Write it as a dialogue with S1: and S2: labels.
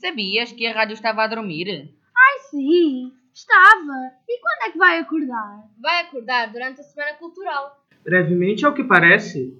S1: Sabias que a rádio estava a dormir?
S2: Ai sim, assim, estava. E quando é que vai acordar?
S3: Vai acordar durante a Semana Cultural.
S4: Brevemente, ao que parece.